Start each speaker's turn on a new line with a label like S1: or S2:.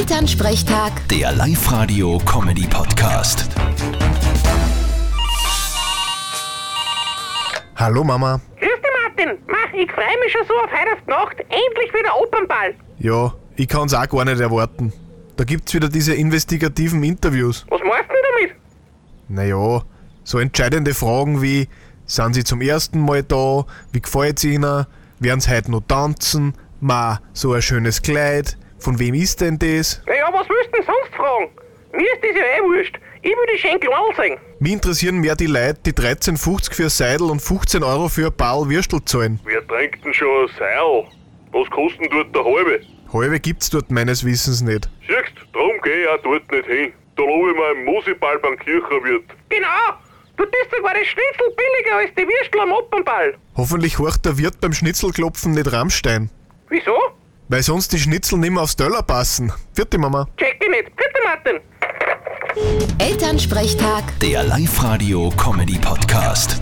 S1: Elternsprechtag,
S2: Der Live-Radio-Comedy-Podcast.
S3: Hallo Mama.
S4: Grüß dich, Martin. Mach, ich freue mich schon so auf heute auf die Nacht. Endlich wieder Opernball.
S3: Ja, ich kann's auch gar nicht erwarten. Da gibt's wieder diese investigativen Interviews.
S4: Was meinst du denn damit?
S3: Naja, so entscheidende Fragen wie, sind sie zum ersten Mal da? Wie gefällt's ihnen? Werden sie heute noch tanzen? Ma, so ein schönes Kleid. Von wem ist denn das?
S4: Naja, was willst du denn sonst fragen? Mir ist das ja eh wurscht. Ich will die Schenkel sehen.
S3: Mich interessieren mehr die Leute, die 13,50 für ein Seidel und 15 Euro für ein Ball Würstel zahlen.
S5: Wer trinkt denn schon ein Seil? Was kostet denn dort der halbe?
S3: Halbe gibt's dort meines Wissens nicht.
S5: Siehst, drum geh ich auch dort nicht hin. Da lobe ich mir einen Moseball beim Kircherwirt.
S4: Genau. Du tust sogar das Schnitzel billiger als die Würstel am Opernball.
S3: Hoffentlich horcht der Wirt beim Schnitzelklopfen nicht Rammstein.
S4: Wieso?
S3: Weil sonst die Schnitzel nimmer aufs Döller passen. Vierte Mama.
S4: Check ich nicht. Bitte, Martin.
S1: Elternsprechtag.
S2: Der Live-Radio-Comedy-Podcast.